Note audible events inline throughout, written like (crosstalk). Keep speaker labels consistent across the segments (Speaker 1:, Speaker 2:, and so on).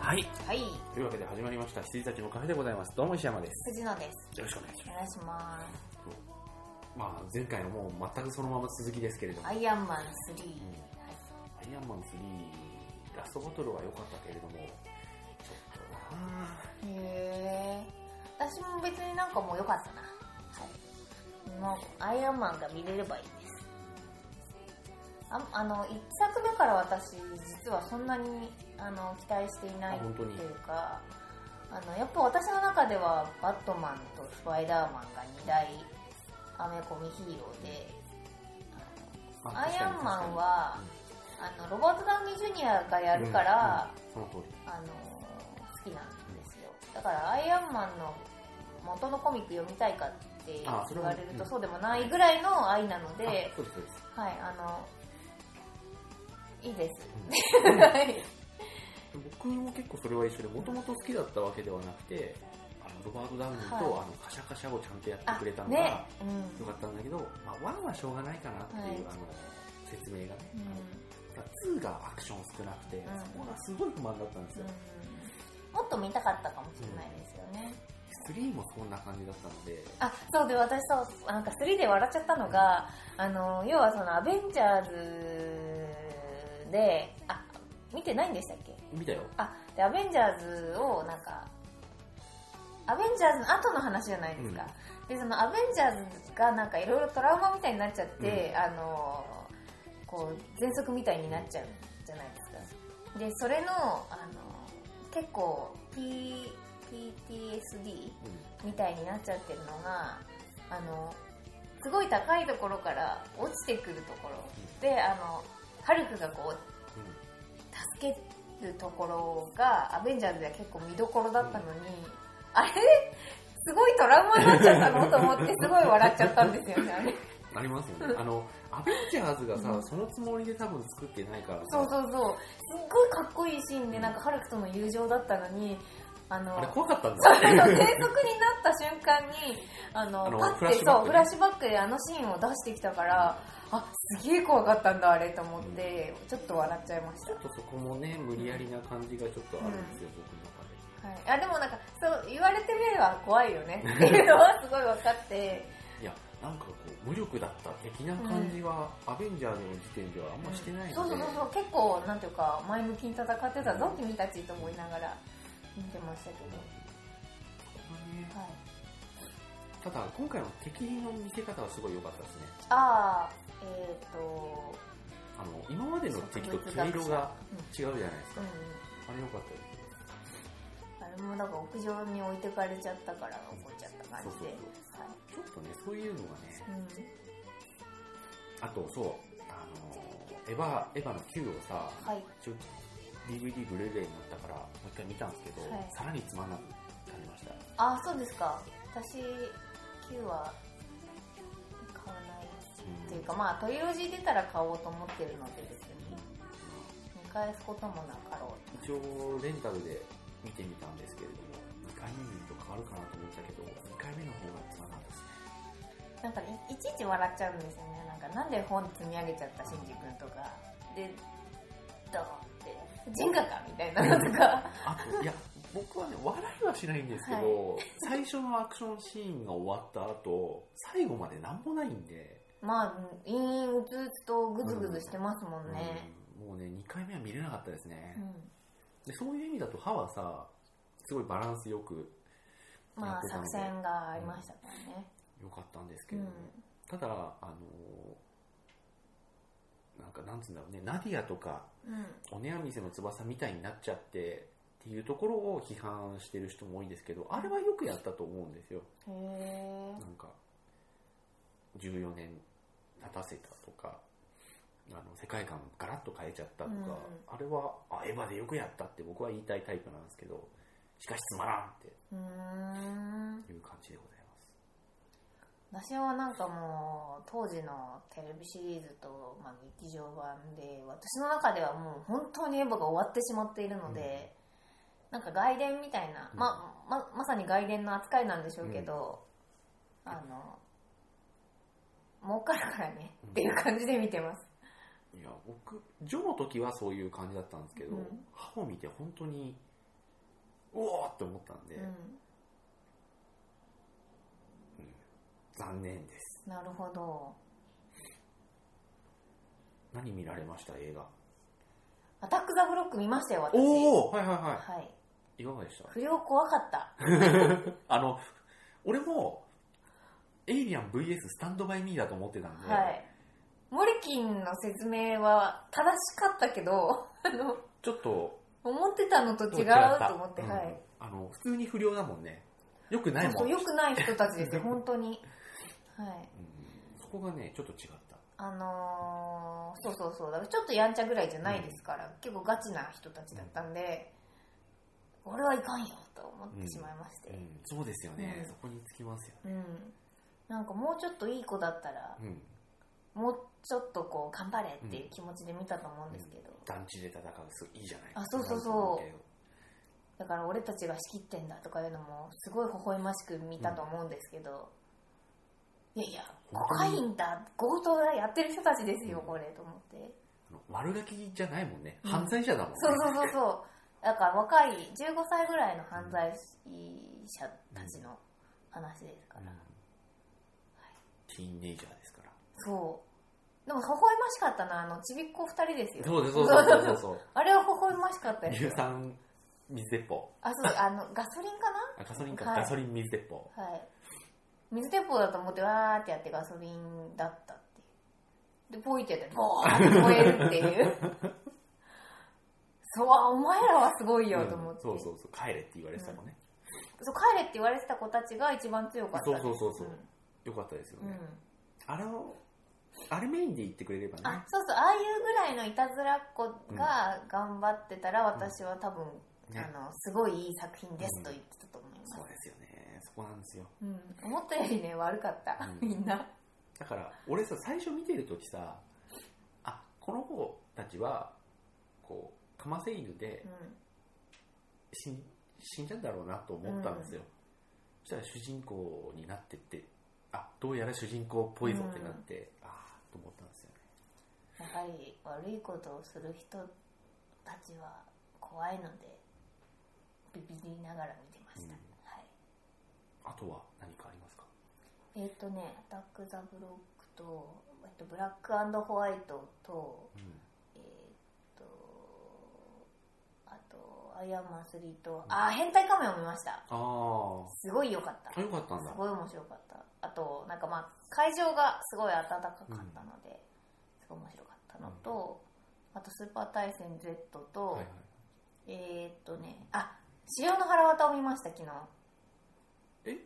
Speaker 1: はい。
Speaker 2: はい、
Speaker 1: というわけで始まりました、羊たちのカフェでございます。どうも石山です。
Speaker 2: 藤野です。
Speaker 1: よろしくお願いしま。
Speaker 2: お願いします
Speaker 1: まあ、前回のもう全くそのまま続きですけれど
Speaker 2: す。
Speaker 1: も、
Speaker 2: アイアンマ
Speaker 1: うん
Speaker 2: ン3。はい
Speaker 1: アイアンマン3、ラストバトルは良かったけれども、ちょっとなあ
Speaker 2: へえ。私も別になんかもう良かったな。はい。もう、アイアンマンが見れればいいです。ああの、一作目から私、実はそんなにあの期待していない
Speaker 1: あ
Speaker 2: と
Speaker 1: 本当に
Speaker 2: いうか、あの、やっぱ私の中では、バットマンとスパイダーマンが2大アメコミヒーローで、
Speaker 1: まあ
Speaker 2: アイアンマン、は
Speaker 1: 確、
Speaker 2: あの、ロバート・ダウニー・ジュニアがやるか
Speaker 1: か
Speaker 2: ら、
Speaker 1: に確かにその通り。
Speaker 2: あの好きなんですよだからアイアンマンの元のコミック読みたいかって
Speaker 1: あそれ
Speaker 2: 言
Speaker 1: は
Speaker 2: われる
Speaker 1: う
Speaker 2: と
Speaker 1: ん
Speaker 2: そうでもないぐらいの愛なので、はい
Speaker 1: あそうです、そうです。
Speaker 2: あのいいです
Speaker 1: うん
Speaker 2: (laughs) はい
Speaker 1: 僕も結構それは一緒で、もともと好きだったわけではなくて、あのロバート・ダウニーと、
Speaker 2: は
Speaker 1: あのカシャカシャをちゃんとやって
Speaker 2: あ
Speaker 1: くれたのが、
Speaker 2: ね
Speaker 1: よかったんだけど、まあ、1はしょうがないかなっていう、
Speaker 2: はい
Speaker 1: あの説明がね、
Speaker 2: うんうん
Speaker 1: だから2がアクション少なくて、
Speaker 2: ん
Speaker 1: そこがすごい不満だったんですよ、
Speaker 2: うんもっと見たかったかもしれないですよね、
Speaker 1: 3もそんな感じだったので、
Speaker 2: あそうで私さなんか3で笑っちゃったのが、あの要はそのアベンジャーズであ見てないんでしたっけ
Speaker 1: 見たよ、
Speaker 2: あでアベンジャーズをなんかアベンジャーズの後の話じゃないですか、でそのアベンジャーズがなんかいろいろトラウマみたいになっちゃって、あのーこう喘息みたいになっちゃうじゃないですかでそれの、あのー結構 P PTSD
Speaker 1: う
Speaker 2: みたいになっちゃってるのがあのすごい高いところから落ちてくるところであのハルクがこうん
Speaker 1: うん
Speaker 2: 助けるところがアベンジャーズでは結構見どころだったのに、あれすごいトラウマになっちゃったのと思ってすごい笑っちゃったんですよねあれ
Speaker 1: ありますよね、あのアベンジャーズがさ、
Speaker 2: うん
Speaker 1: そのつもりで多分作ってないからさ
Speaker 2: そうそうそうすっごいかっこいいシーンでなんかハルクとの友情だったのにあの
Speaker 1: あれ怖かったん
Speaker 2: それの
Speaker 1: だよ
Speaker 2: 低速になった瞬間にあの
Speaker 1: あの
Speaker 2: パ
Speaker 1: フ
Speaker 2: ッ
Speaker 1: ラ
Speaker 2: て
Speaker 1: ッシュバック
Speaker 2: そうフラッシュバックであのシーンを出してきたからあすげえ怖かったんだあれと思って、ちょっと笑っちゃいました
Speaker 1: ちょっとそこもね無理やりな感じがちょっとあるんですよ、僕の中で
Speaker 2: はい、あでもなんかそう言われてみれば怖いよねっていうのはすごい分かって
Speaker 1: いやなんかこう無力だった的な感じは、アベンジャーズの時点ではあんましてないので、
Speaker 2: そうそうそうそう結構なんていうか前向きに戦ってたぞ君たちと思いながら見てましたけ
Speaker 1: ここね
Speaker 2: ど、はい、
Speaker 1: ただ今回の敵の見せ方はすごい良かったですね
Speaker 2: ああえっ、と
Speaker 1: あの今までの敵と毛色が違うじゃないです
Speaker 2: う
Speaker 1: か、
Speaker 2: ん
Speaker 1: あれ良かったです
Speaker 2: あれもなんか屋上に置いてかれちゃったから怒っちゃった
Speaker 1: そう
Speaker 2: 感じ
Speaker 1: そうそ
Speaker 2: で
Speaker 1: うちょっとねそういうのがね
Speaker 2: はい、うん
Speaker 1: あとそうあのーエヴァエヴァの Q をさ
Speaker 2: はい、
Speaker 1: 一応 DVD ブルーレイになったからもう一回見たんですけど、
Speaker 2: はい
Speaker 1: さらにつまんなく感じました
Speaker 2: あそうですか私 Q は買わないっていうかまあトリロジー出たら買おうと思ってるので別に見返すこともなかろう
Speaker 1: 一応レンタルで見てみたんですけれども2回目見ると変わるかなと思ったけど2回目の方がつまんなかったですね
Speaker 2: なんかいいちいち笑っちゃうんですよねなんかなんで本積み上げちゃったシンジ君とかでドーンってジェンガかみたいなのとか
Speaker 1: あと、いや、僕はね、笑いはしないんですけど、最初のアクションシーンが終わった後、最後までなんもないんで、
Speaker 2: まあ陰々うつうつとグズグズしてますもんね、
Speaker 1: うんもうね、2回目は見れなかったですね
Speaker 2: う
Speaker 1: で
Speaker 2: ん。
Speaker 1: そういう意味だと、歯はさ、すごいバランスよく、
Speaker 2: ま
Speaker 1: やっ
Speaker 2: あ
Speaker 1: てたん
Speaker 2: 作
Speaker 1: で
Speaker 2: 戦がありましたからね、
Speaker 1: 良かったんです
Speaker 2: う
Speaker 1: け
Speaker 2: ん
Speaker 1: れども、ただ、あのーなんか、なんつうんだろうね、ナディアとか、
Speaker 2: うん
Speaker 1: おねやみせの翼みたいになっちゃって、っていうところを批判してる人も多いんですけど、あれはよくやったと思うんですよ。
Speaker 2: へえ
Speaker 1: なんか14年経たせたとかあの世界観をガラッと変えちゃったとか、
Speaker 2: うん
Speaker 1: あれはあエヴァでよくやったって僕は言いたいタイプなんですけどしかしつまらんって
Speaker 2: うーん
Speaker 1: いう感じでございます
Speaker 2: 私はなんかもう当時のテレビシリーズと、まあ、劇場版で私の中ではもう本当にエヴァが終わってしまっているので、なんか外伝みたいな、
Speaker 1: うん
Speaker 2: まままさに外伝の扱いなんでしょうけど、あの儲かるからね
Speaker 1: うん
Speaker 2: っていう感じで見てます、
Speaker 1: いや僕ジョの時はそういう感じだったんですけど、
Speaker 2: うん
Speaker 1: 歯を見て本当にうおーって思ったんで、
Speaker 2: うん、
Speaker 1: 残念です
Speaker 2: なるほど
Speaker 1: 何見られました映画
Speaker 2: アタック・ザ・ブロック見ましたよ私
Speaker 1: おおはいはいは
Speaker 2: はい
Speaker 1: いいかがでした
Speaker 2: 不良怖かった
Speaker 1: あの俺もエイリアン VS スタンドバイミーだと思ってたんで、
Speaker 2: はいモリキンの説明は正しかったけどあの
Speaker 1: ちょっと
Speaker 2: 思ってたのと違うと思って、
Speaker 1: うん
Speaker 2: はい
Speaker 1: あの普通に不良だもんねよくないもん
Speaker 2: そうそう良くない人たちですよ本当にはい
Speaker 1: うんそこがねちょっと違った
Speaker 2: あのーそうそうそうだからちょっとやんちゃぐらいじゃないですから、結構ガチな人たちだったんで、俺はいかんよと思ってしまいまして
Speaker 1: うん、そうですよね、
Speaker 2: うん
Speaker 1: そこにつきますよ、
Speaker 2: うん、なんかもうちょっといい子だったら、
Speaker 1: うん、
Speaker 2: もうちょっとこう頑張れっていう気持ちで見たと思うんですけど、
Speaker 1: 団地で戦うすいいじゃない
Speaker 2: あそうそうそう
Speaker 1: なんていの
Speaker 2: だから俺たちが仕切ってんだとかいうのもすごい微笑ましく見たと思うんですけど、いやいやコカインだ強盗だやってる人たちですよ、
Speaker 1: うん
Speaker 2: これと思って
Speaker 1: あの悪ガキじゃないもんね、
Speaker 2: うん
Speaker 1: 犯罪者だもんね
Speaker 2: そうそうそうそうだから若い15歳ぐらいの犯罪者たちの話ですから、
Speaker 1: うんティーンネイジャーですから
Speaker 2: そうでも微笑ましかったなあのちびっこ2人ですよ
Speaker 1: そうですそうそうそうそう
Speaker 2: あれは微笑ましかったです
Speaker 1: 硫
Speaker 2: よ
Speaker 1: 酸水鉄砲
Speaker 2: あそうあのガソリンかな
Speaker 1: あガソリンか、
Speaker 2: はい
Speaker 1: ガソリン水鉄砲
Speaker 2: はい水鉄砲だと思ってわーってやってガソリンだったっていうでポイってやってボーって燃えるっていう (laughs) そうあお前らはすごいよと思って、
Speaker 1: うんそうそうそう帰れって言われてたもんね、
Speaker 2: そう帰れって言われてた子たちが一番強かったです
Speaker 1: そうそうそうそう
Speaker 2: うん
Speaker 1: よかったですよ
Speaker 2: う
Speaker 1: ね、
Speaker 2: ん
Speaker 1: あれをあれメインで言ってくれればね
Speaker 2: あそうそうああいうぐらいのいたずらっ子が頑張ってたら私は多分、
Speaker 1: ね
Speaker 2: あのすごいいい作品ですと言ってたと思います
Speaker 1: そう、ですよねそこなんですよ
Speaker 2: うん思ったよりね悪かった、
Speaker 1: うん
Speaker 2: (laughs) みんな
Speaker 1: だから俺さ最初見てる時さあこの子たちはこうカマセイヌで
Speaker 2: う
Speaker 1: 死ん死んじゃうんだろうなと思ったんですよ、そしたら主人公になってってあどうやら主人公っぽいぞってなって、ああと思ったんですよね
Speaker 2: んやはり悪いことをする人たちは怖いのでビビりながら見てました、
Speaker 1: うんあとは何かありますか
Speaker 2: はい、えっ、とね「アタック・ザ・ブロックと」えっと「ブラックホワイト」と
Speaker 1: うん
Speaker 2: えーっと、あと、アイアンマン3と、あー、変態仮面を見ました。
Speaker 1: あ
Speaker 2: すごい良かった。
Speaker 1: ああよかったん
Speaker 2: す
Speaker 1: だ
Speaker 2: ごい面白かった。あと、なんかまあ、会場がすごい暖かかったので、すごい面白かったのと、あと、スーパー対戦 Z と、
Speaker 1: はいはい
Speaker 2: えーっとね、あ、潮の腹渡を見ました、昨日。
Speaker 1: え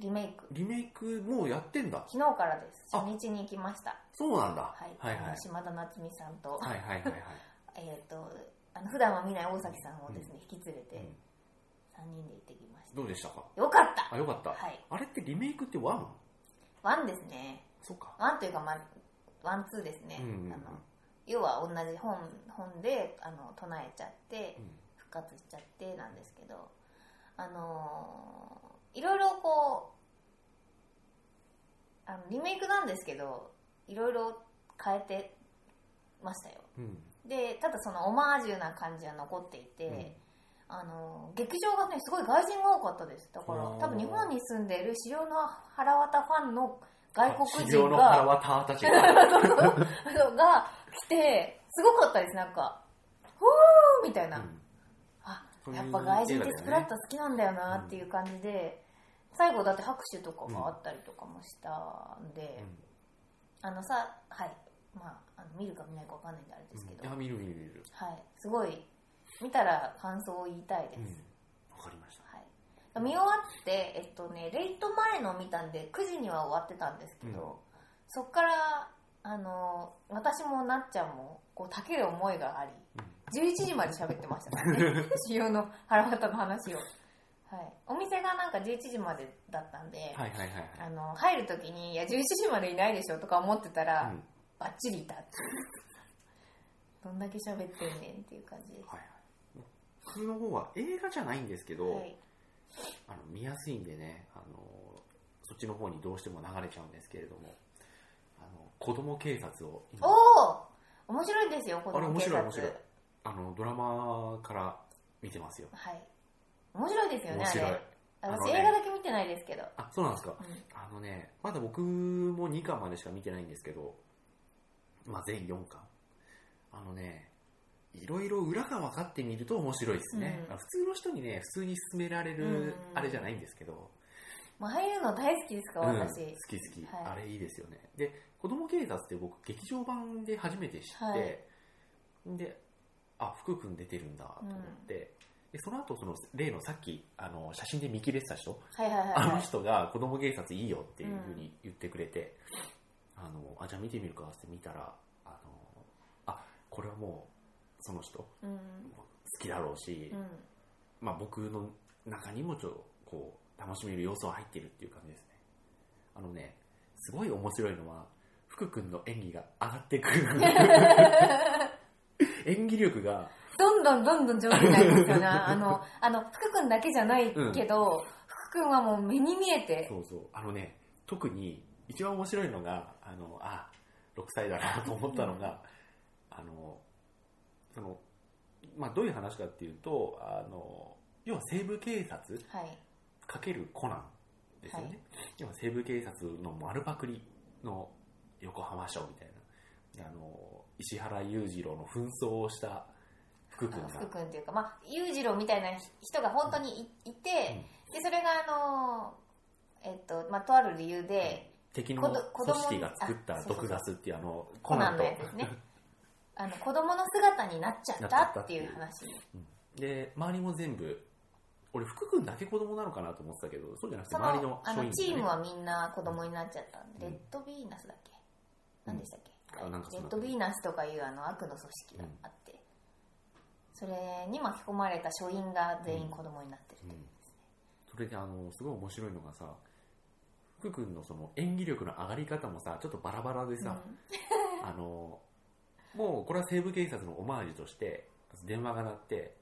Speaker 2: リメイク。
Speaker 1: リメイクもうやってんだ
Speaker 2: 昨日からです。
Speaker 1: あ
Speaker 2: 初日に行きました。
Speaker 1: そうなんだ、
Speaker 2: はい。
Speaker 1: はいはい
Speaker 2: 島田夏美さんと、
Speaker 1: はいはいはいはい
Speaker 2: えー、とあの普段は見ない大崎さんをですね、引き連れ
Speaker 1: う
Speaker 2: て
Speaker 1: ん
Speaker 2: 3人で行ってきました
Speaker 1: どうでしたか
Speaker 2: よかった
Speaker 1: あよかった、
Speaker 2: はい
Speaker 1: あれってリメイクってワン
Speaker 2: ワンですね
Speaker 1: そうか
Speaker 2: ワンというか、まあ、ワンツーですね、
Speaker 1: うんうんうん
Speaker 2: あの要は同じ本本であの唱えちゃって
Speaker 1: うん
Speaker 2: 復活しちゃってなんですけどあのーいろいろこうあのリメイクなんですけどいろいろ変えてましたよ
Speaker 1: うん
Speaker 2: でただそのオマージュな感じは残っていて、
Speaker 1: うん
Speaker 2: あの劇場がねすごい外人が多かったですだから
Speaker 1: あー
Speaker 2: 多分日本に住んでいる潮の原渡ファンの外国
Speaker 1: 修行
Speaker 2: 人
Speaker 1: の腹
Speaker 2: が
Speaker 1: はターたちが。
Speaker 2: (laughs) が来てすごかったですなんか「ほー!」みたいな、あ
Speaker 1: そういう
Speaker 2: やっぱ外人
Speaker 1: 映画だよ
Speaker 2: って
Speaker 1: ね
Speaker 2: スプラッタ好きなんだよなっていう感じで、最後だって拍手とかがあったりとかもしたんで、あのさはいまああの見るか見ないか分かんないんであれですけど、
Speaker 1: いや、見る見る見る。
Speaker 2: はいすごい見たら感想を言いたいです、
Speaker 1: うん。わかりました。
Speaker 2: はい、見終わって、えっとね、レイト前の見たんで9時には終わってたんですけど、
Speaker 1: うん
Speaker 2: そっからあの私もなっちゃんもこうたける思いがあり11時まで喋ってましたか
Speaker 1: (laughs)
Speaker 2: らね潮の腹渡の話を、はい、お店がなんか11時までだったんで、
Speaker 1: はいはいはいはい。
Speaker 2: あの入る時に「いや11時までいないでしょ」とか思ってたら、
Speaker 1: うん
Speaker 2: バッチリいたって (laughs) どんだけ喋ってんねんっていう感じです、
Speaker 1: はいはい。普通の方は映画じゃないんですけど、
Speaker 2: はい
Speaker 1: あの見やすいんでね、あの、そっちの方にどうしても流れちゃうんですけれども、あの、子供警察を今
Speaker 2: おお面白いですよ、こ
Speaker 1: あれ
Speaker 2: の
Speaker 1: 面
Speaker 2: 警
Speaker 1: 白い
Speaker 2: 察。
Speaker 1: 面白いあの、ドラマから見てますよ
Speaker 2: はい面白いですよね
Speaker 1: 面白い
Speaker 2: あれ
Speaker 1: あの
Speaker 2: 私
Speaker 1: ね
Speaker 2: 映画だけ見てないですけど、
Speaker 1: あそうなんですか
Speaker 2: うん
Speaker 1: あのねまだ僕も2巻までしか見てないんですけどまあ全4巻あのねいろいろ裏が分かってみると面白いですね、
Speaker 2: うん
Speaker 1: あ普通の人にね普通に勧められ
Speaker 2: うん
Speaker 1: るあれじゃないんですけど、
Speaker 2: まあ、ああいうの大好きですか
Speaker 1: うん
Speaker 2: ら
Speaker 1: 好
Speaker 2: 私、
Speaker 1: き好き、
Speaker 2: はい
Speaker 1: あれいいですよねで「子供警察」って僕劇場版で初めて知って、
Speaker 2: はい
Speaker 1: であ福君出てるんだと思って、でその後その例のさっきあの写真で見切れてた人、
Speaker 2: はいはいはい
Speaker 1: あ
Speaker 2: は
Speaker 1: の
Speaker 2: い
Speaker 1: 人が子供警察いいよっていうふうに言ってくれて、あのあじゃあ見てみるかって見たらあのあこれはもうその人好
Speaker 2: うん
Speaker 1: きだろうし、
Speaker 2: うん
Speaker 1: まあ、僕の中にもちょっとこう楽しめる要素は入ってるっていう感じですねあのねすごい面白いのは福君の演技が上がってくる演技力が
Speaker 2: どんどんどんどん上手になりますよ
Speaker 1: (laughs)
Speaker 2: ねあのあの福君だけじゃないけど、福君はもう目に見えて
Speaker 1: そうそうあのね特に一番面白いのがあのあ6歳だなと思ったのがあのその、まあ、どういう話かっていうとあの要は西部警察
Speaker 2: はい
Speaker 1: かけるコナンですよね、
Speaker 2: はい
Speaker 1: 要は西部警察の丸パクリの横浜署みたいなであの石原裕次郎の紛争をした福君
Speaker 2: あの
Speaker 1: が
Speaker 2: 福君っていうか、まあ、裕次郎みたいな人が本当にいいて、でそれがあのえっとまあとある理由で
Speaker 1: 敵の
Speaker 2: 子ど子供
Speaker 1: 組織が作った
Speaker 2: あそうそうそ
Speaker 1: 毒
Speaker 2: う
Speaker 1: ガスっていうあの
Speaker 2: コ
Speaker 1: コナ
Speaker 2: ナン
Speaker 1: ン
Speaker 2: の
Speaker 1: と
Speaker 2: やつですねあの子供の姿になっちゃったっていう話
Speaker 1: で周りも全部俺福君だけ子供なのかなと思ってたけどそうじゃなくて
Speaker 2: そ
Speaker 1: 周り
Speaker 2: の
Speaker 1: の
Speaker 2: あのチ
Speaker 1: 署員
Speaker 2: ーム
Speaker 1: が
Speaker 2: はみんな子供になっちゃったんで、
Speaker 1: うん
Speaker 2: レッドヴィーナスだっけ何でしたっけ、
Speaker 1: うんあなんかそ
Speaker 2: レ
Speaker 1: んな
Speaker 2: ッドヴィーナスとかいうあの悪の組織があって、それに巻き込まれた署員が全員子供になってるっていう、
Speaker 1: それであのすごい面白いのがさ福君のその演技力の上がり方もさちょっとバラバラで
Speaker 2: うん
Speaker 1: さ、あのもうこれは西部警察のオマージュとして電話が鳴って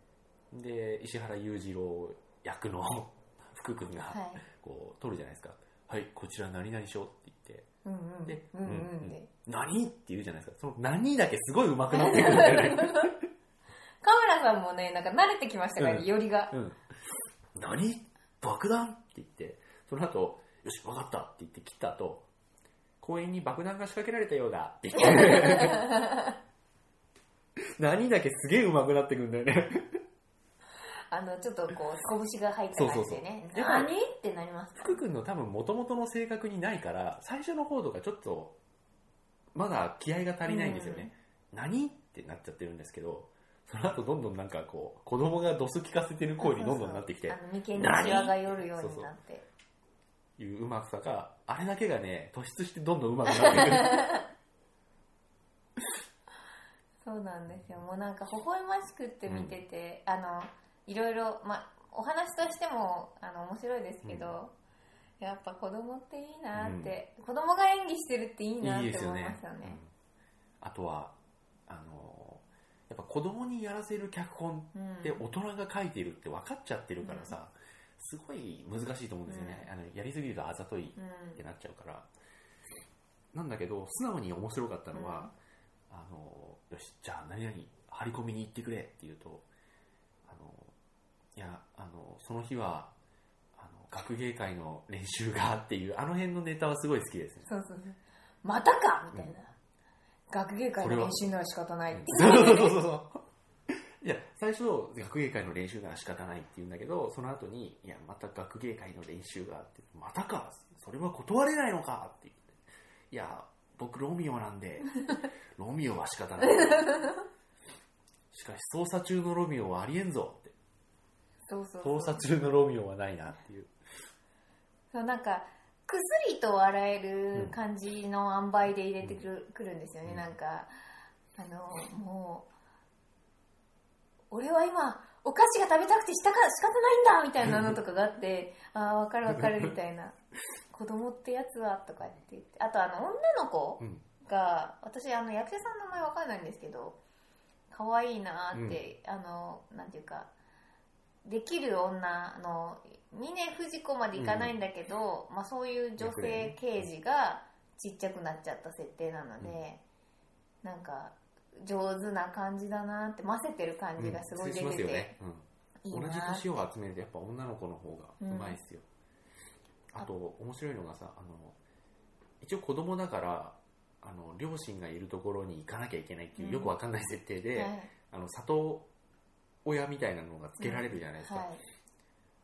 Speaker 1: で石原裕次郎役の (laughs) 福君
Speaker 2: は
Speaker 1: が
Speaker 2: い
Speaker 1: こう取るじゃないですか「はいこちら何々しよう」って言って
Speaker 2: うんうん
Speaker 1: で
Speaker 2: うんう
Speaker 1: うんん
Speaker 2: で
Speaker 1: 「何?」って言うじゃないですかその「何?」だけすごい上手くなってくるんだよね
Speaker 2: (laughs) カメラさんもね、なんか慣れてきましたから、
Speaker 1: うん
Speaker 2: よりが。
Speaker 1: うん、何爆弾って言ってその後よし分かったって言って切った後公園に爆弾が仕掛けられたようだって言って
Speaker 2: (laughs)
Speaker 1: 何だけすげえうまくなってくんだよね
Speaker 2: あの、ちょっとこう、拳が入った
Speaker 1: そう
Speaker 2: 感じでね。
Speaker 1: そうそう
Speaker 2: 何ってなりますか
Speaker 1: 福君の多分元々の性格にないから最初の方とかちょっとまだ気合が足りないんですよね、何ってなっちゃってるんですけどその後どんどんなんかこう子供がドス聞かせてる声にどんどんなってきて
Speaker 2: そうそうあの眉間にシワが寄るようになって。
Speaker 1: いううまさがあれだけがね突出してどんどんうまくなってくる
Speaker 2: そうなんですよ。もうなんか、微笑ましくって見てて、あの、いろいろ、ま、お話としても、あの、面白いですけど、やっぱ子供っていいなって、子供が演技してるっていいな
Speaker 1: (laughs)
Speaker 2: っ
Speaker 1: いいで
Speaker 2: て
Speaker 1: すよ
Speaker 2: 思い
Speaker 1: ね
Speaker 2: ますよ
Speaker 1: うん
Speaker 2: ね。
Speaker 1: あとはあのやっぱ子供にやらせる脚本
Speaker 2: うん
Speaker 1: って大人が書いてるって分かっちゃってるからさ、すごい難しいと思うんですよね、あのやりすぎるとあざといってなっちゃうから、なんだけど素直に面白かったのは、あのよしじゃあ何々張り込みに行ってくれって言うとあのいやあのその日はあの学芸会の練習がっていうあの辺のネタはすごい好きですね
Speaker 2: そうそうそう。またかみたいな。学芸会の練習なら仕方ないって。
Speaker 1: (laughs) そうそうそうそう。いや、最初、学芸会の練習なら仕方ないって言うんだけど、その後に、いや、また学芸会の練習があって、またか、それは断れないのかって言って、いや、僕ロミオなん
Speaker 2: (laughs)
Speaker 1: で、ロミオは仕方ない。しかし、捜査中のロミオはありえんぞって。
Speaker 2: そうそうそう
Speaker 1: 捜査中のロミオはないなっていう。
Speaker 2: そうなんか薬と笑える感じの塩梅で入れてくる,、くるんですよね、
Speaker 1: うん
Speaker 2: なんかあのもう俺は今お菓子が食べたくてしたか仕方ないんだみたいなのとかがあって
Speaker 1: (laughs)
Speaker 2: ああ分かる分かるみたいな子供ってやつはとかって言ってあとあの女の子
Speaker 1: うん。
Speaker 2: が私あの役者さんの名前わかんないんですけど可愛いなーって、あのなんていうかできる女の峰不二子までいかないんだけど、まあ、そういう女性刑事がちっちゃくなっちゃった設定なので、なんか上手な感じだなってませてる感じがすごい出
Speaker 1: 失礼します
Speaker 2: てて、
Speaker 1: よね。うん。
Speaker 2: いい
Speaker 1: 同
Speaker 2: な
Speaker 1: じ年を集めるとやっぱ女の子の方がうまいっすよ、
Speaker 2: うん
Speaker 1: あと面白いのがさあの一応子供だからあの両親がいるところに行かなきゃいけないっていううんよくわかんない設定で、
Speaker 2: はい
Speaker 1: あの里親みたいなのがつけられるじゃないですか、
Speaker 2: はい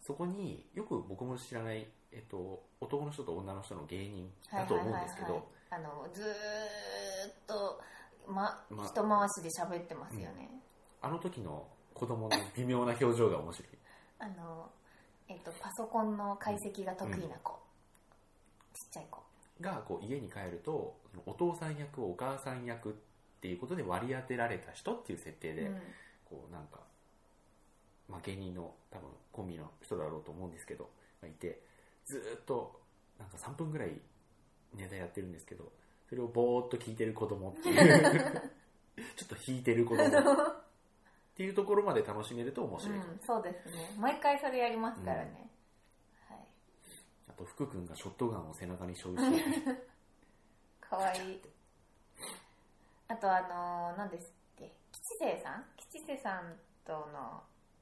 Speaker 1: そこによく僕も知らない、えっと、男の人と女の人の芸人だと思うんですけ
Speaker 2: はいはいはいはい
Speaker 1: ど
Speaker 2: あのずーっと、ま、
Speaker 1: ま
Speaker 2: 人回しで喋ってますよね、
Speaker 1: あの時の子供の微妙な表情が面白い
Speaker 2: あの、えっと、パソコンの解析が得意な子、ちっちゃい子
Speaker 1: がこう家に帰るとそのお父さん役お母さん役っていうことで割り当てられた人っていう設定で、
Speaker 2: うん
Speaker 1: こうなんか、まあ、芸人の多分コンビの人だろうと思うんですけどがいてずーっとなんか3分ぐらいネタやってるんですけどそれをぼーっと聞いてる子供っていう
Speaker 2: (laughs)
Speaker 1: ちょっと引いてる子供っていうところまで楽しめると面白い、
Speaker 2: うんそうですね毎回それやりますからね、はい
Speaker 1: あと福君がショットガンを背中に背負うシ
Speaker 2: (laughs)
Speaker 1: ーン
Speaker 2: かわいいあとあのー何ですっけ吉瀬さん吉瀬さんとの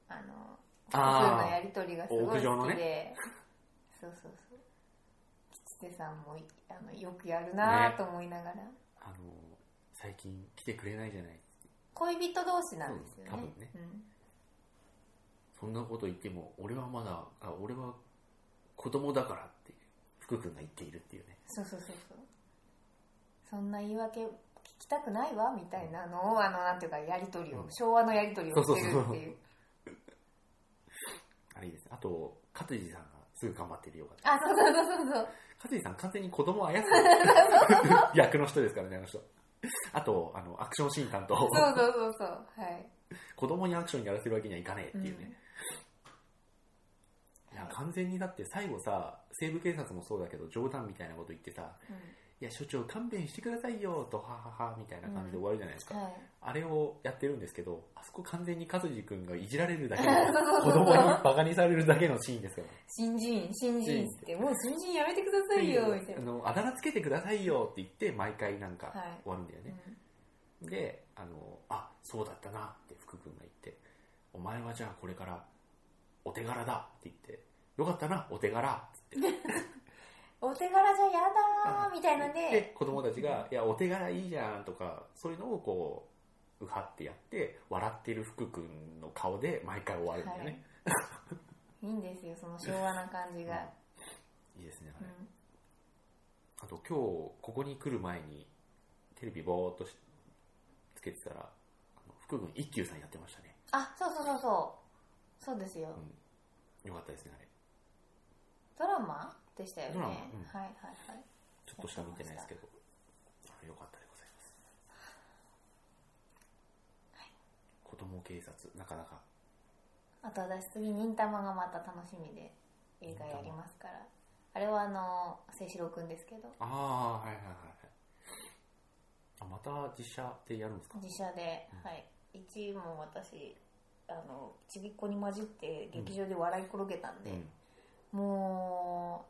Speaker 2: あの
Speaker 1: あー
Speaker 2: 僕のやりとりがすごい
Speaker 1: 屋上
Speaker 2: 好
Speaker 1: の
Speaker 2: きで、
Speaker 1: ね
Speaker 2: そうそうそう吉瀬さんもいあのよくやるなぁと思いながら、
Speaker 1: あの最近来てくれないじゃない
Speaker 2: 恋人同士なんですよね
Speaker 1: そう多分ね
Speaker 2: うん
Speaker 1: そんなこと言っても俺はまだあ俺は子供だからって福君が言っているっていうね
Speaker 2: そうそうそうそうそんな言い訳聞きたくないわみたいなのをあのなんていうかやりとりを、
Speaker 1: うん
Speaker 2: 昭和のやりとりをしてるっていう
Speaker 1: そうそうそうあれいいですねあと勝地さんがすぐ頑張ってるよかった
Speaker 2: あそうそうそうそうそう
Speaker 1: 勝地さん完全に子供を操
Speaker 2: (laughs)
Speaker 1: る役の人ですからねあの人あとあのアクションシーン担当
Speaker 2: そうそうそうそうはい
Speaker 1: 子供にアクションやらせるわけにはいかねえっていうね、いや完全にだって最後さ西部警察もそうだけど冗談みたいなこと言ってさ
Speaker 2: うん
Speaker 1: 「いや所長勘弁してくださいよ」と「ははは」みたいな感じで終わるじゃないですか、
Speaker 2: はい、
Speaker 1: あれをやってるんですけどあそこ完全に勝地君がいじられるだけ
Speaker 2: (laughs)
Speaker 1: の子供にバカにされるだけのシーンですから
Speaker 2: 新人新人ってもう新人やめてくださいよみたい
Speaker 1: あ
Speaker 2: な、
Speaker 1: のあだ名つけてくださいよって言って毎回なんか
Speaker 2: はい
Speaker 1: 終わるんだよね、であのあそうだったなって福君が言って「お前はじゃあこれからお手柄だ」って言って「よかったなお手柄」って言って
Speaker 2: うんお手柄じゃやだーみたいなん
Speaker 1: で
Speaker 2: で
Speaker 1: 子供たちが「いやお手柄いいじゃん」とかそういうのをこううはってやって笑ってる福君の顔で毎回終わるんだよね、
Speaker 2: いいんですよその昭和な感じが、
Speaker 1: いいですねあ
Speaker 2: う
Speaker 1: れ、
Speaker 2: ん
Speaker 1: あと今日ここに来る前にテレビぼーっとしつけてたらあの福君一休さんやってましたね
Speaker 2: あそうそうそうそうそうですよ、
Speaker 1: よかったですねあれ
Speaker 2: ドラマでしたよね、
Speaker 1: ドラマ
Speaker 2: は
Speaker 1: うん
Speaker 2: いはいはい
Speaker 1: ちょっとしか見てないですけどあれよかったでございます、子供警察なかなか
Speaker 2: あと私次忍たまがまた楽しみで映画やりますからあれはあの清志郎くんですけど
Speaker 1: ああはいはいはいはいあまた実写でやるんですか
Speaker 2: 自社で、
Speaker 1: うん
Speaker 2: はい1位も私あのちびっこに混じって劇場で笑い転げたんで、も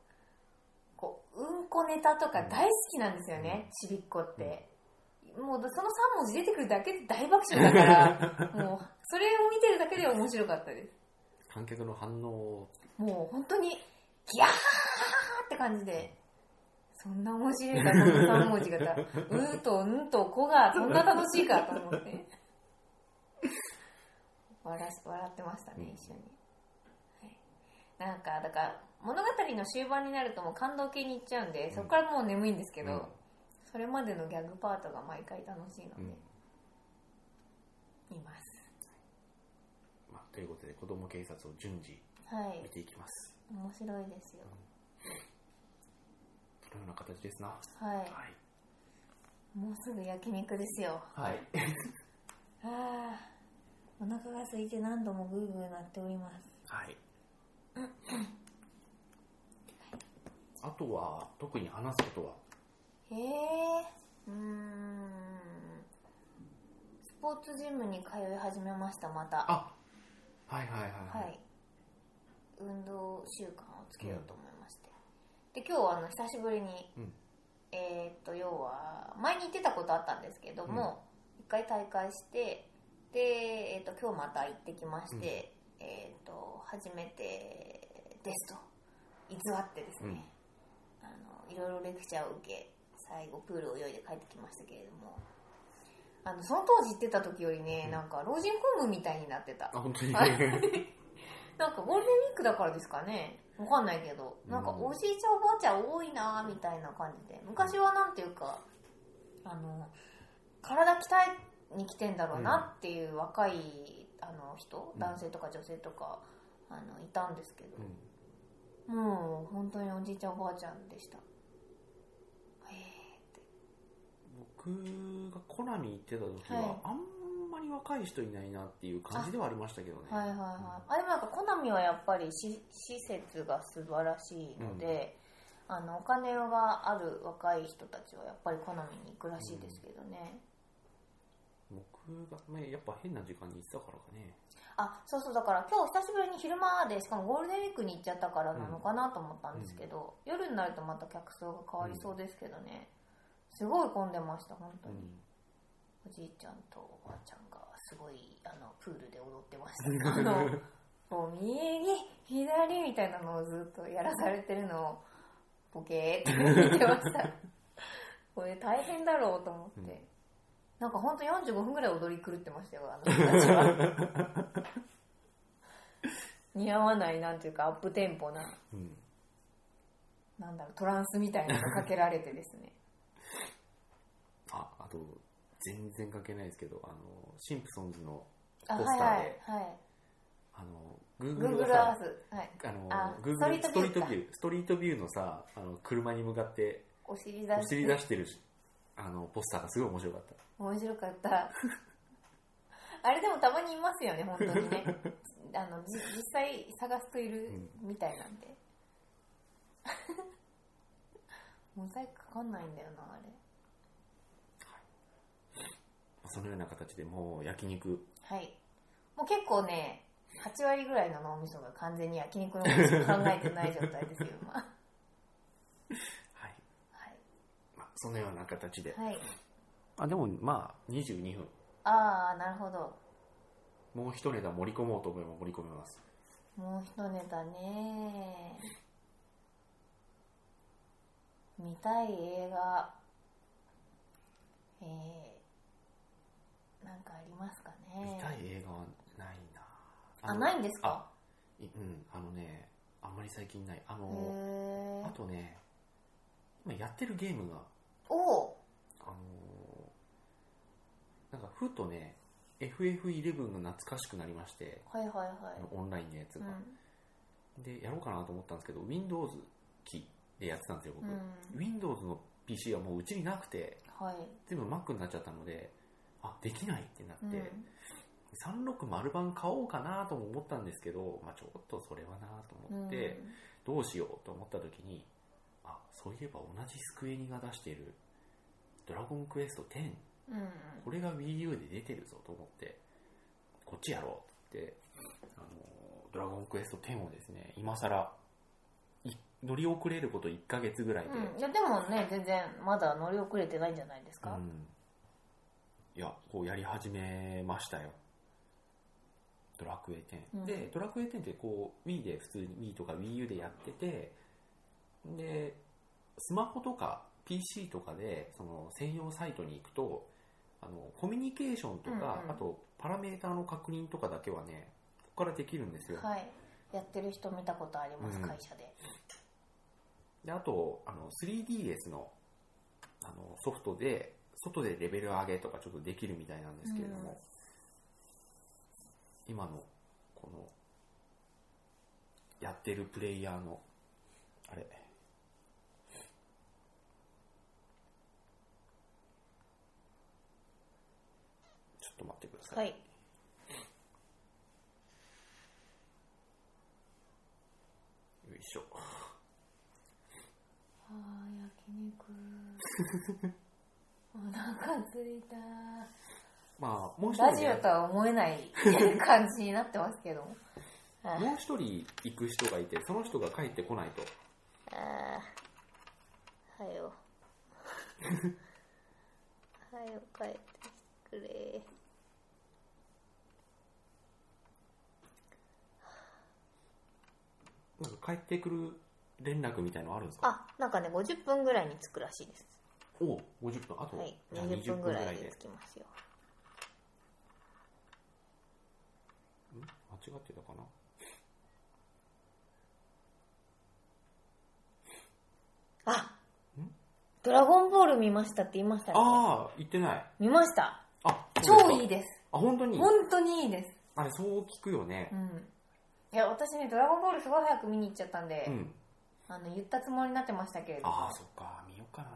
Speaker 2: うこううんこネタとか大好きなんですよね、ちびっこって、もうその3文字出てくるだけで大爆笑だから
Speaker 1: (laughs)
Speaker 2: もうそれを見てるだけで面白かったです
Speaker 1: 観客の反応
Speaker 2: もう本当にギャーって感じでそんな面白いかこの3文字がさうーとんとこがそんな楽しいかと思って笑笑ってましたね一緒に、はい、なんかだから物語の終盤になるともう感動系に行っちゃうんでそこからもう眠いんですけど、
Speaker 1: うん
Speaker 2: それまでのギャグパートが毎回楽しいので、
Speaker 1: うん
Speaker 2: 見ます
Speaker 1: まあ、ということで子供警察を順次
Speaker 2: はい
Speaker 1: 見ていきます
Speaker 2: 面白いですよ
Speaker 1: そのような形ですなは
Speaker 2: はいもうすぐ焼肉ですよ。
Speaker 1: はい、はい
Speaker 2: ああ、お腹が空いて何度もグーグー鳴っております。
Speaker 1: はい。あとは、特に話すことは、
Speaker 2: へえ、うーん。スポーツジムに通い始めました、また。
Speaker 1: あはいはいはい
Speaker 2: は。い。運動習慣をつけようと思いまして。で、今日あの久しぶりに、
Speaker 1: うん
Speaker 2: えーっと、要は、前に行ってたことあったんですけども、一、回大会して、で、えーっと、今日また行ってきまして、えー、と初めてですと偽ってですね、あのいろいろレクチャーを受け最後プールを泳いで帰ってきましたけれどもあのその当時行ってた時よりね、
Speaker 1: うん
Speaker 2: なんか老人ホームみたいになってた
Speaker 1: あ、本当に。
Speaker 2: なんかゴールデンウィークだからですかねわかんないけどなんか
Speaker 1: うん
Speaker 2: おじいちゃんおばあちゃん多いなみたいな感じで昔はなんていうかあの体鍛えに来てんだろうなっていう若いあの人
Speaker 1: うん
Speaker 2: 男性とか女性とかあのいたんですけど
Speaker 1: うん
Speaker 2: もう本当におじいちゃんおばあちゃんでしたへ
Speaker 1: 僕がコナミ行ってた時
Speaker 2: はい
Speaker 1: は、あんまり若い人いないなっていう感じではありましたけどね。
Speaker 2: ーはいはいはいあれもなんかコナミはやっぱりし施設が素晴らしいので、あのお金がある若い人たちはやっぱりコナミに行くらしいですけどね、
Speaker 1: 僕が、ね、やっぱ変な時間に行ってたからかね。
Speaker 2: あそうそうだから今日久しぶりに昼間でしかもゴールデンウィークに行っちゃったからなのかなと思ったんですけど、夜になるとまた客層が変わりそうですけどね、すごい混んでました本当
Speaker 1: う
Speaker 2: に、
Speaker 1: ん。
Speaker 2: おじいちゃんとおばあちゃんがすごいあのプールで踊ってました (laughs) あのもう右左みたいなのをずっとやらされてるのをボケーって見てましたこれ大変だろうと思って、
Speaker 1: うん
Speaker 2: なんかほんと45分ぐらい踊り狂ってましたよあの人たちは (laughs) 似合わないなんていうかアップテンポな
Speaker 1: うん。
Speaker 2: なんだろうトランスみたいなのかけられてですね
Speaker 1: あ、あと、全然関係ないですけど、あの、シンプソンズの、
Speaker 2: あはい
Speaker 1: ポスタ
Speaker 2: は
Speaker 1: ー
Speaker 2: い
Speaker 1: で
Speaker 2: はい
Speaker 1: あの、Google が
Speaker 2: Google
Speaker 1: さ
Speaker 2: Earth はい
Speaker 1: あの
Speaker 2: あ
Speaker 1: Google
Speaker 2: ス
Speaker 1: ス
Speaker 2: ト
Speaker 1: ト
Speaker 2: リ
Speaker 1: リ
Speaker 2: ー
Speaker 1: ー
Speaker 2: ト
Speaker 1: ト
Speaker 2: ビ
Speaker 1: ビ
Speaker 2: ュ
Speaker 1: ュー、ストリートビューのさ、あの車に向かって
Speaker 2: お尻出
Speaker 1: お
Speaker 2: して
Speaker 1: 尻出してるし、あのポスターがすごい面白かった。
Speaker 2: 面白かった (laughs) あれでもたまにいますよね本当にねあのじ実際探すといるみたいなんで、 (laughs) モザイクかかんないんだよなあれ
Speaker 1: そのような形でもう焼肉、
Speaker 2: はいもう結構ね8割ぐらいの脳みそが完全に焼肉のことしか考えてない状態ですよ今は
Speaker 1: はい
Speaker 2: い、
Speaker 1: まあ、そのような形で、
Speaker 2: はい、
Speaker 1: あでもまあ22分、
Speaker 2: ああなるほど
Speaker 1: もう一ネタ盛り込もうと思えば盛り込めます。
Speaker 2: もう一ネタね見たい映画えー、なんかありますかね
Speaker 1: 見たい映画はないな。
Speaker 2: あ
Speaker 1: の
Speaker 2: ないんですか
Speaker 1: あいうん、あのね、あんまり最近ない。あ
Speaker 2: へ
Speaker 1: の、
Speaker 2: え
Speaker 1: あとね、今やってるゲームが、
Speaker 2: おう
Speaker 1: あのーなんかふとね、FF11 が懐かしくなりまして、
Speaker 2: はいはいはい
Speaker 1: あのオンラインのやつ
Speaker 2: う
Speaker 1: が、
Speaker 2: ん
Speaker 1: で、やろうかなと思ったんですけど、Windows 機でやってたんですよ、
Speaker 2: う
Speaker 1: 僕。
Speaker 2: ん
Speaker 1: Windows の PC はもううちになくて、
Speaker 2: はい
Speaker 1: 全部 Mac になっちゃったので、あ、できないってな
Speaker 2: う
Speaker 1: っ
Speaker 2: ん
Speaker 1: て、360版買おうかなとも思ったんですけど、まあ、ちょっとそれはなと思って、どうしようと思った時にあそういえば同じスクエニが出している「ドラゴンクエスト10
Speaker 2: うんうん」
Speaker 1: これが WiiU で出てるぞと思ってこっちやろうってあのドラゴンクエスト10をですね今更い乗り遅れること1ヶ月ぐらいで、
Speaker 2: うんいやでもね全然まだ乗り遅れてないんじゃないですか、
Speaker 1: うんいやこうやり始めましたよドラクエ10、
Speaker 2: うん
Speaker 1: でドラクエ10ってこう Wii で普通に Wii とか WiiU でやっててでスマホとか PC とかでその専用サイトに行くとあのコミュニケーションとか、
Speaker 2: うんうん
Speaker 1: あとパラメーターの確認とかだけはねここからできるんですよ、
Speaker 2: はいやってる人見たことあります、
Speaker 1: うん
Speaker 2: 会社で
Speaker 1: であとあの 3DS のあのソフトで外でレベル上げとかちょっとできるみたいなんですけれども、今のこのやってるプレイヤーのあれちょっと待ってください、
Speaker 2: はい
Speaker 1: よいしょ
Speaker 2: あー焼 (laughs) 肉お腹ついた
Speaker 1: まあもう一人
Speaker 2: ラジ
Speaker 1: ね
Speaker 2: オとは思えない感じになってますけどもあー
Speaker 1: もう一人行く人がいてその人が帰ってこないと
Speaker 2: あーは (laughs) よはよ帰ってきてくれ
Speaker 1: 帰ってくる連絡みたいのあるんですか
Speaker 2: あなんかね50分ぐらいに着くらしいです
Speaker 1: おう50分あと、
Speaker 2: はい
Speaker 1: じゃあ
Speaker 2: 20分ぐらい
Speaker 1: ん
Speaker 2: で着きますよ
Speaker 1: 間違ってたかな
Speaker 2: あ
Speaker 1: ん
Speaker 2: ドラゴンボール見ましたって言いましたね
Speaker 1: ああ言ってない
Speaker 2: 見ました
Speaker 1: あ
Speaker 2: 超いい
Speaker 1: い
Speaker 2: です
Speaker 1: あ本当に
Speaker 2: 本当にいいです
Speaker 1: あれそう聞くよね
Speaker 2: うんいや私ね「ドラゴンボール」すごい早く見に行っちゃったんで、
Speaker 1: うん、
Speaker 2: あの言ったつもりになってましたけれど
Speaker 1: あ
Speaker 2: も
Speaker 1: あそっか見ようかな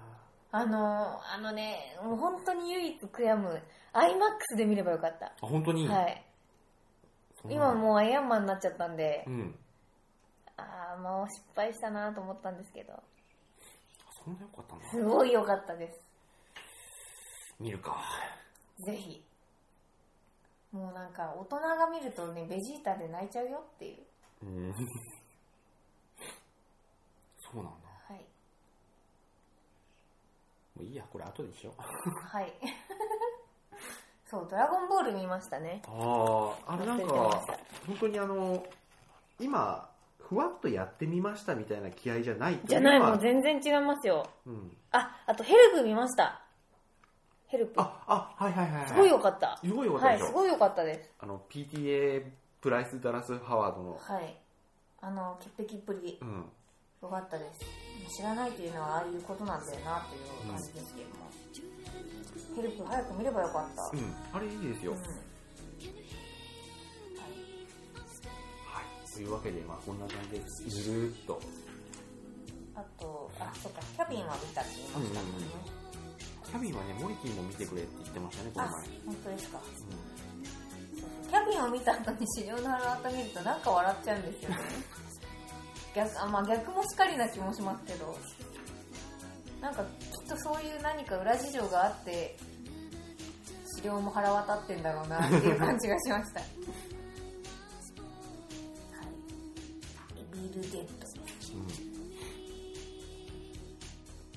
Speaker 2: あのあのねもう本当に唯一悔やむ iMAX で見ればよかった、
Speaker 1: あ本当に、
Speaker 2: はい
Speaker 1: そんな
Speaker 2: 今もうアイアンマンになっちゃったんで、
Speaker 1: うん
Speaker 2: ああもう失敗したなと思ったんですけど
Speaker 1: あそんなよかったんだ
Speaker 2: すごい良かったです
Speaker 1: 見るか
Speaker 2: ぜひもうなんか大人が見るとねベジータで泣いちゃうよってい
Speaker 1: う
Speaker 2: う
Speaker 1: ん (laughs) そうなんだ (laughs)
Speaker 2: はい
Speaker 1: もういいやこれ後でしよう
Speaker 2: はい (laughs) そう「ドラゴンボール」見ましたね
Speaker 1: あああれなん
Speaker 2: 忘れてま
Speaker 1: か
Speaker 2: した
Speaker 1: 本当にあの今ふわっとやってみましたみたいな気合じゃない
Speaker 2: じゃない
Speaker 1: 今
Speaker 2: もう全然違いますよ
Speaker 1: うん、
Speaker 2: ああとヘルプ見ましたヘルプ
Speaker 1: ああはいはいはい、はい、
Speaker 2: すごい良かった
Speaker 1: すごいよかった
Speaker 2: は
Speaker 1: でし
Speaker 2: い
Speaker 1: ょ、
Speaker 2: すごい良かったです
Speaker 1: あの PTA プライス・ダラス・ハワードの、
Speaker 2: はいあの潔癖っぷり
Speaker 1: うん、
Speaker 2: 良かったです知らないというのはああいうことなんだよなっていう感じですけども、ヘルプ早く見ればよかった、
Speaker 1: うん、あれいいですよ、
Speaker 2: うん
Speaker 1: はい、というわけで、まあ、こんな感じでずるーっと
Speaker 2: あとあそっかキャビンは見たって言いましたもんね、
Speaker 1: キャビンはねモリキンも見てくれって言ってましたねこの
Speaker 2: あ
Speaker 1: 前、
Speaker 2: 本当ですか
Speaker 1: うん
Speaker 2: キャビンを見た後に資料の腹渡見るとなんか笑っちゃうんですよね逆あ、まあ、逆もしかりな気もしますけどなんかきっとそういう何か裏事情があって資料も腹渡ってんだろうなっていう感じがしましたはいビールデッド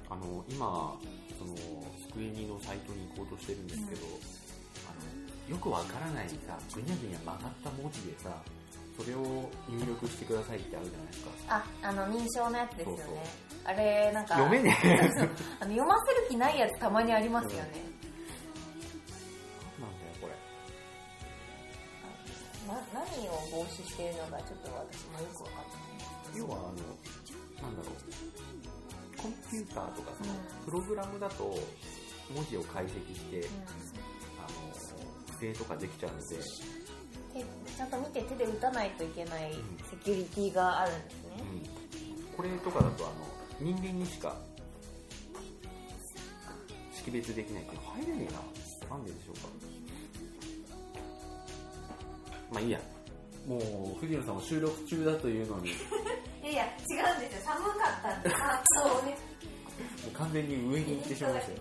Speaker 1: あの今そのスクエニのサイトに行こうとしてるんですけど、あのよくわからないさぐにゃぐにゃ曲がった文字でさそれを入力してくださいってあるじゃないですか
Speaker 2: ああの認証のやつですよね
Speaker 1: そうそう
Speaker 2: あれなんか
Speaker 1: 読めねえなんだよ
Speaker 2: あの読ませる気ないやつたまにありますよね、
Speaker 1: これ
Speaker 2: な何を防止しているのかちょっと私もよくわかんない
Speaker 1: 要はあのなんだろうコンピューターとかその
Speaker 2: うん
Speaker 1: プログラムだと文字を解析して
Speaker 2: う
Speaker 1: あの不正とかできちゃうので
Speaker 2: ん手ちゃんと見て手で打たないといけないセキュリティがあるんですね、
Speaker 1: うんこれとかだとあの人間にしか識別できないから入れねえななんででしょうかまあいいやもう藤野さんは収録中だというのにも
Speaker 2: いやいや違うんですよ寒かった
Speaker 1: (laughs)
Speaker 2: んであそうね
Speaker 1: う完全に上に行ってしまいましたよ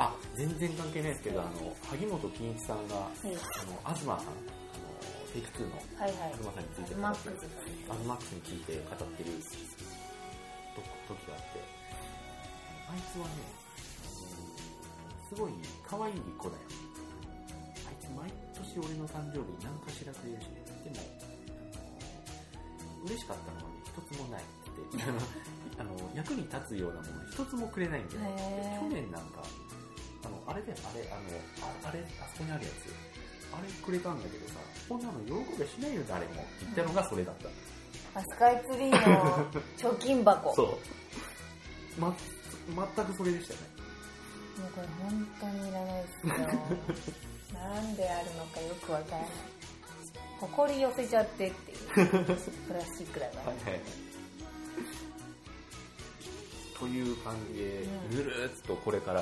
Speaker 1: あ全然関係ないですけどあの萩本欽一さんがあ
Speaker 2: はい
Speaker 1: の東さんあのテイク2の
Speaker 2: はいはい
Speaker 1: 東さんについて語
Speaker 2: マッ
Speaker 1: って
Speaker 2: プ
Speaker 1: る
Speaker 2: とか
Speaker 1: アンマックスについて語ってると時があって、あいつはね、うんすごい可愛い子だよ。あいつ毎年俺の誕生日に何かしらくれるしね。でも、あの嬉しかったのはね、一つもない (laughs) って言ってあの、あの役に立つようなもの一つもくれないんだよ。で
Speaker 2: へー
Speaker 1: 去年なんか、あの、あれだよ、あれ、あの、ああれ、あそこにあるやつ。あれくれたんだけどさ、こんなの喜びはしないよ誰もって言ったのがそれだった。
Speaker 2: あスカイツリーの貯金箱
Speaker 1: そ
Speaker 2: もう
Speaker 1: う。ま、全くそれでしたね。
Speaker 2: これ本当にいらな
Speaker 1: (laughs)
Speaker 2: いですよなんであるのかよくわからない埃寄せちゃってってい
Speaker 1: (laughs)
Speaker 2: うプラスチックだから、
Speaker 1: はいはい。という感じで、
Speaker 2: うん
Speaker 1: ぬるーっとこれから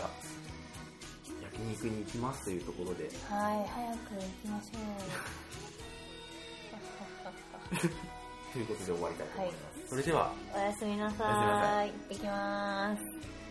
Speaker 1: 焼肉に行きますというところで、
Speaker 2: はい、早く行きましょ
Speaker 1: ということで終わりたいと思います。それでは、
Speaker 2: う。おやすみな
Speaker 1: (laughs) おやすみな
Speaker 2: さ
Speaker 1: さ
Speaker 2: い。行ってきます。